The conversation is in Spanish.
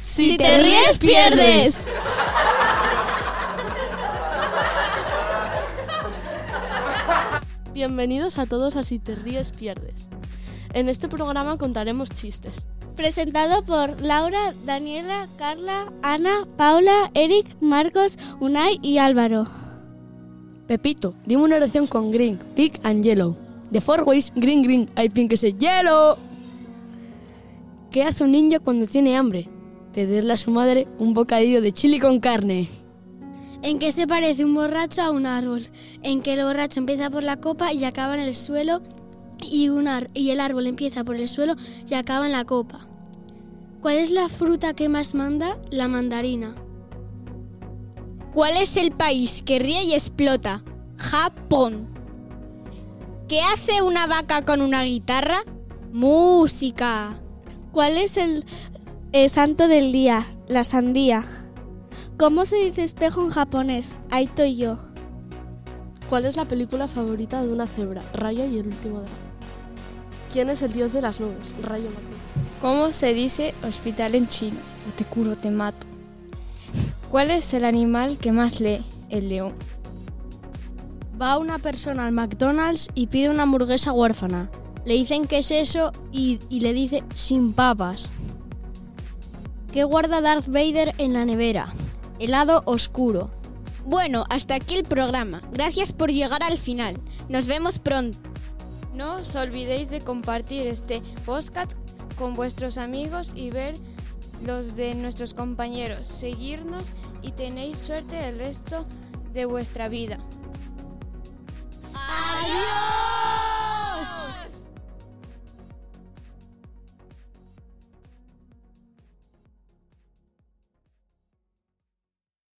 Si te ríes, pierdes. Bienvenidos a todos a Si te ríes, pierdes. En este programa contaremos chistes. Presentado por Laura, Daniela, Carla, Ana, Paula, Eric, Marcos, Unai y Álvaro. Pepito, dime una oración con green, pink and yellow. The four ways, green, green, I pink is a yellow. ¿Qué hace un niño cuando tiene hambre? Pedirle a su madre un bocadillo de chili con carne. ¿En qué se parece un borracho a un árbol? En que el borracho empieza por la copa y acaba en el suelo y, un ar- y el árbol empieza por el suelo y acaba en la copa. ¿Cuál es la fruta que más manda? La mandarina. ¿Cuál es el país que ríe y explota? Japón. ¿Qué hace una vaca con una guitarra? Música. ¿Cuál es el, eh, santo del día? La sandía. ¿Cómo se dice espejo en japonés? Aito y yo. ¿Cuál es la película favorita de una cebra? Raya y el último dragón. ¿Quién es el dios de las nubes? Rayo McQueen. ¿Cómo se dice hospital en chino? O te curo, te mato. ¿Cuál es el animal que más lee? El león. Va una persona al McDonald's y pide una hamburguesa huérfana. Le dicen qué es eso y, y le dice sin papas. ¿Qué guarda Darth Vader en la nevera? Helado oscuro. Bueno, hasta aquí el programa. Gracias por llegar al final. Nos vemos pronto. No os olvidéis de compartir este podcast con vuestros amigos y ver los de nuestros compañeros. Seguirnos y tenéis suerte el resto de vuestra vida. ¡Adiós!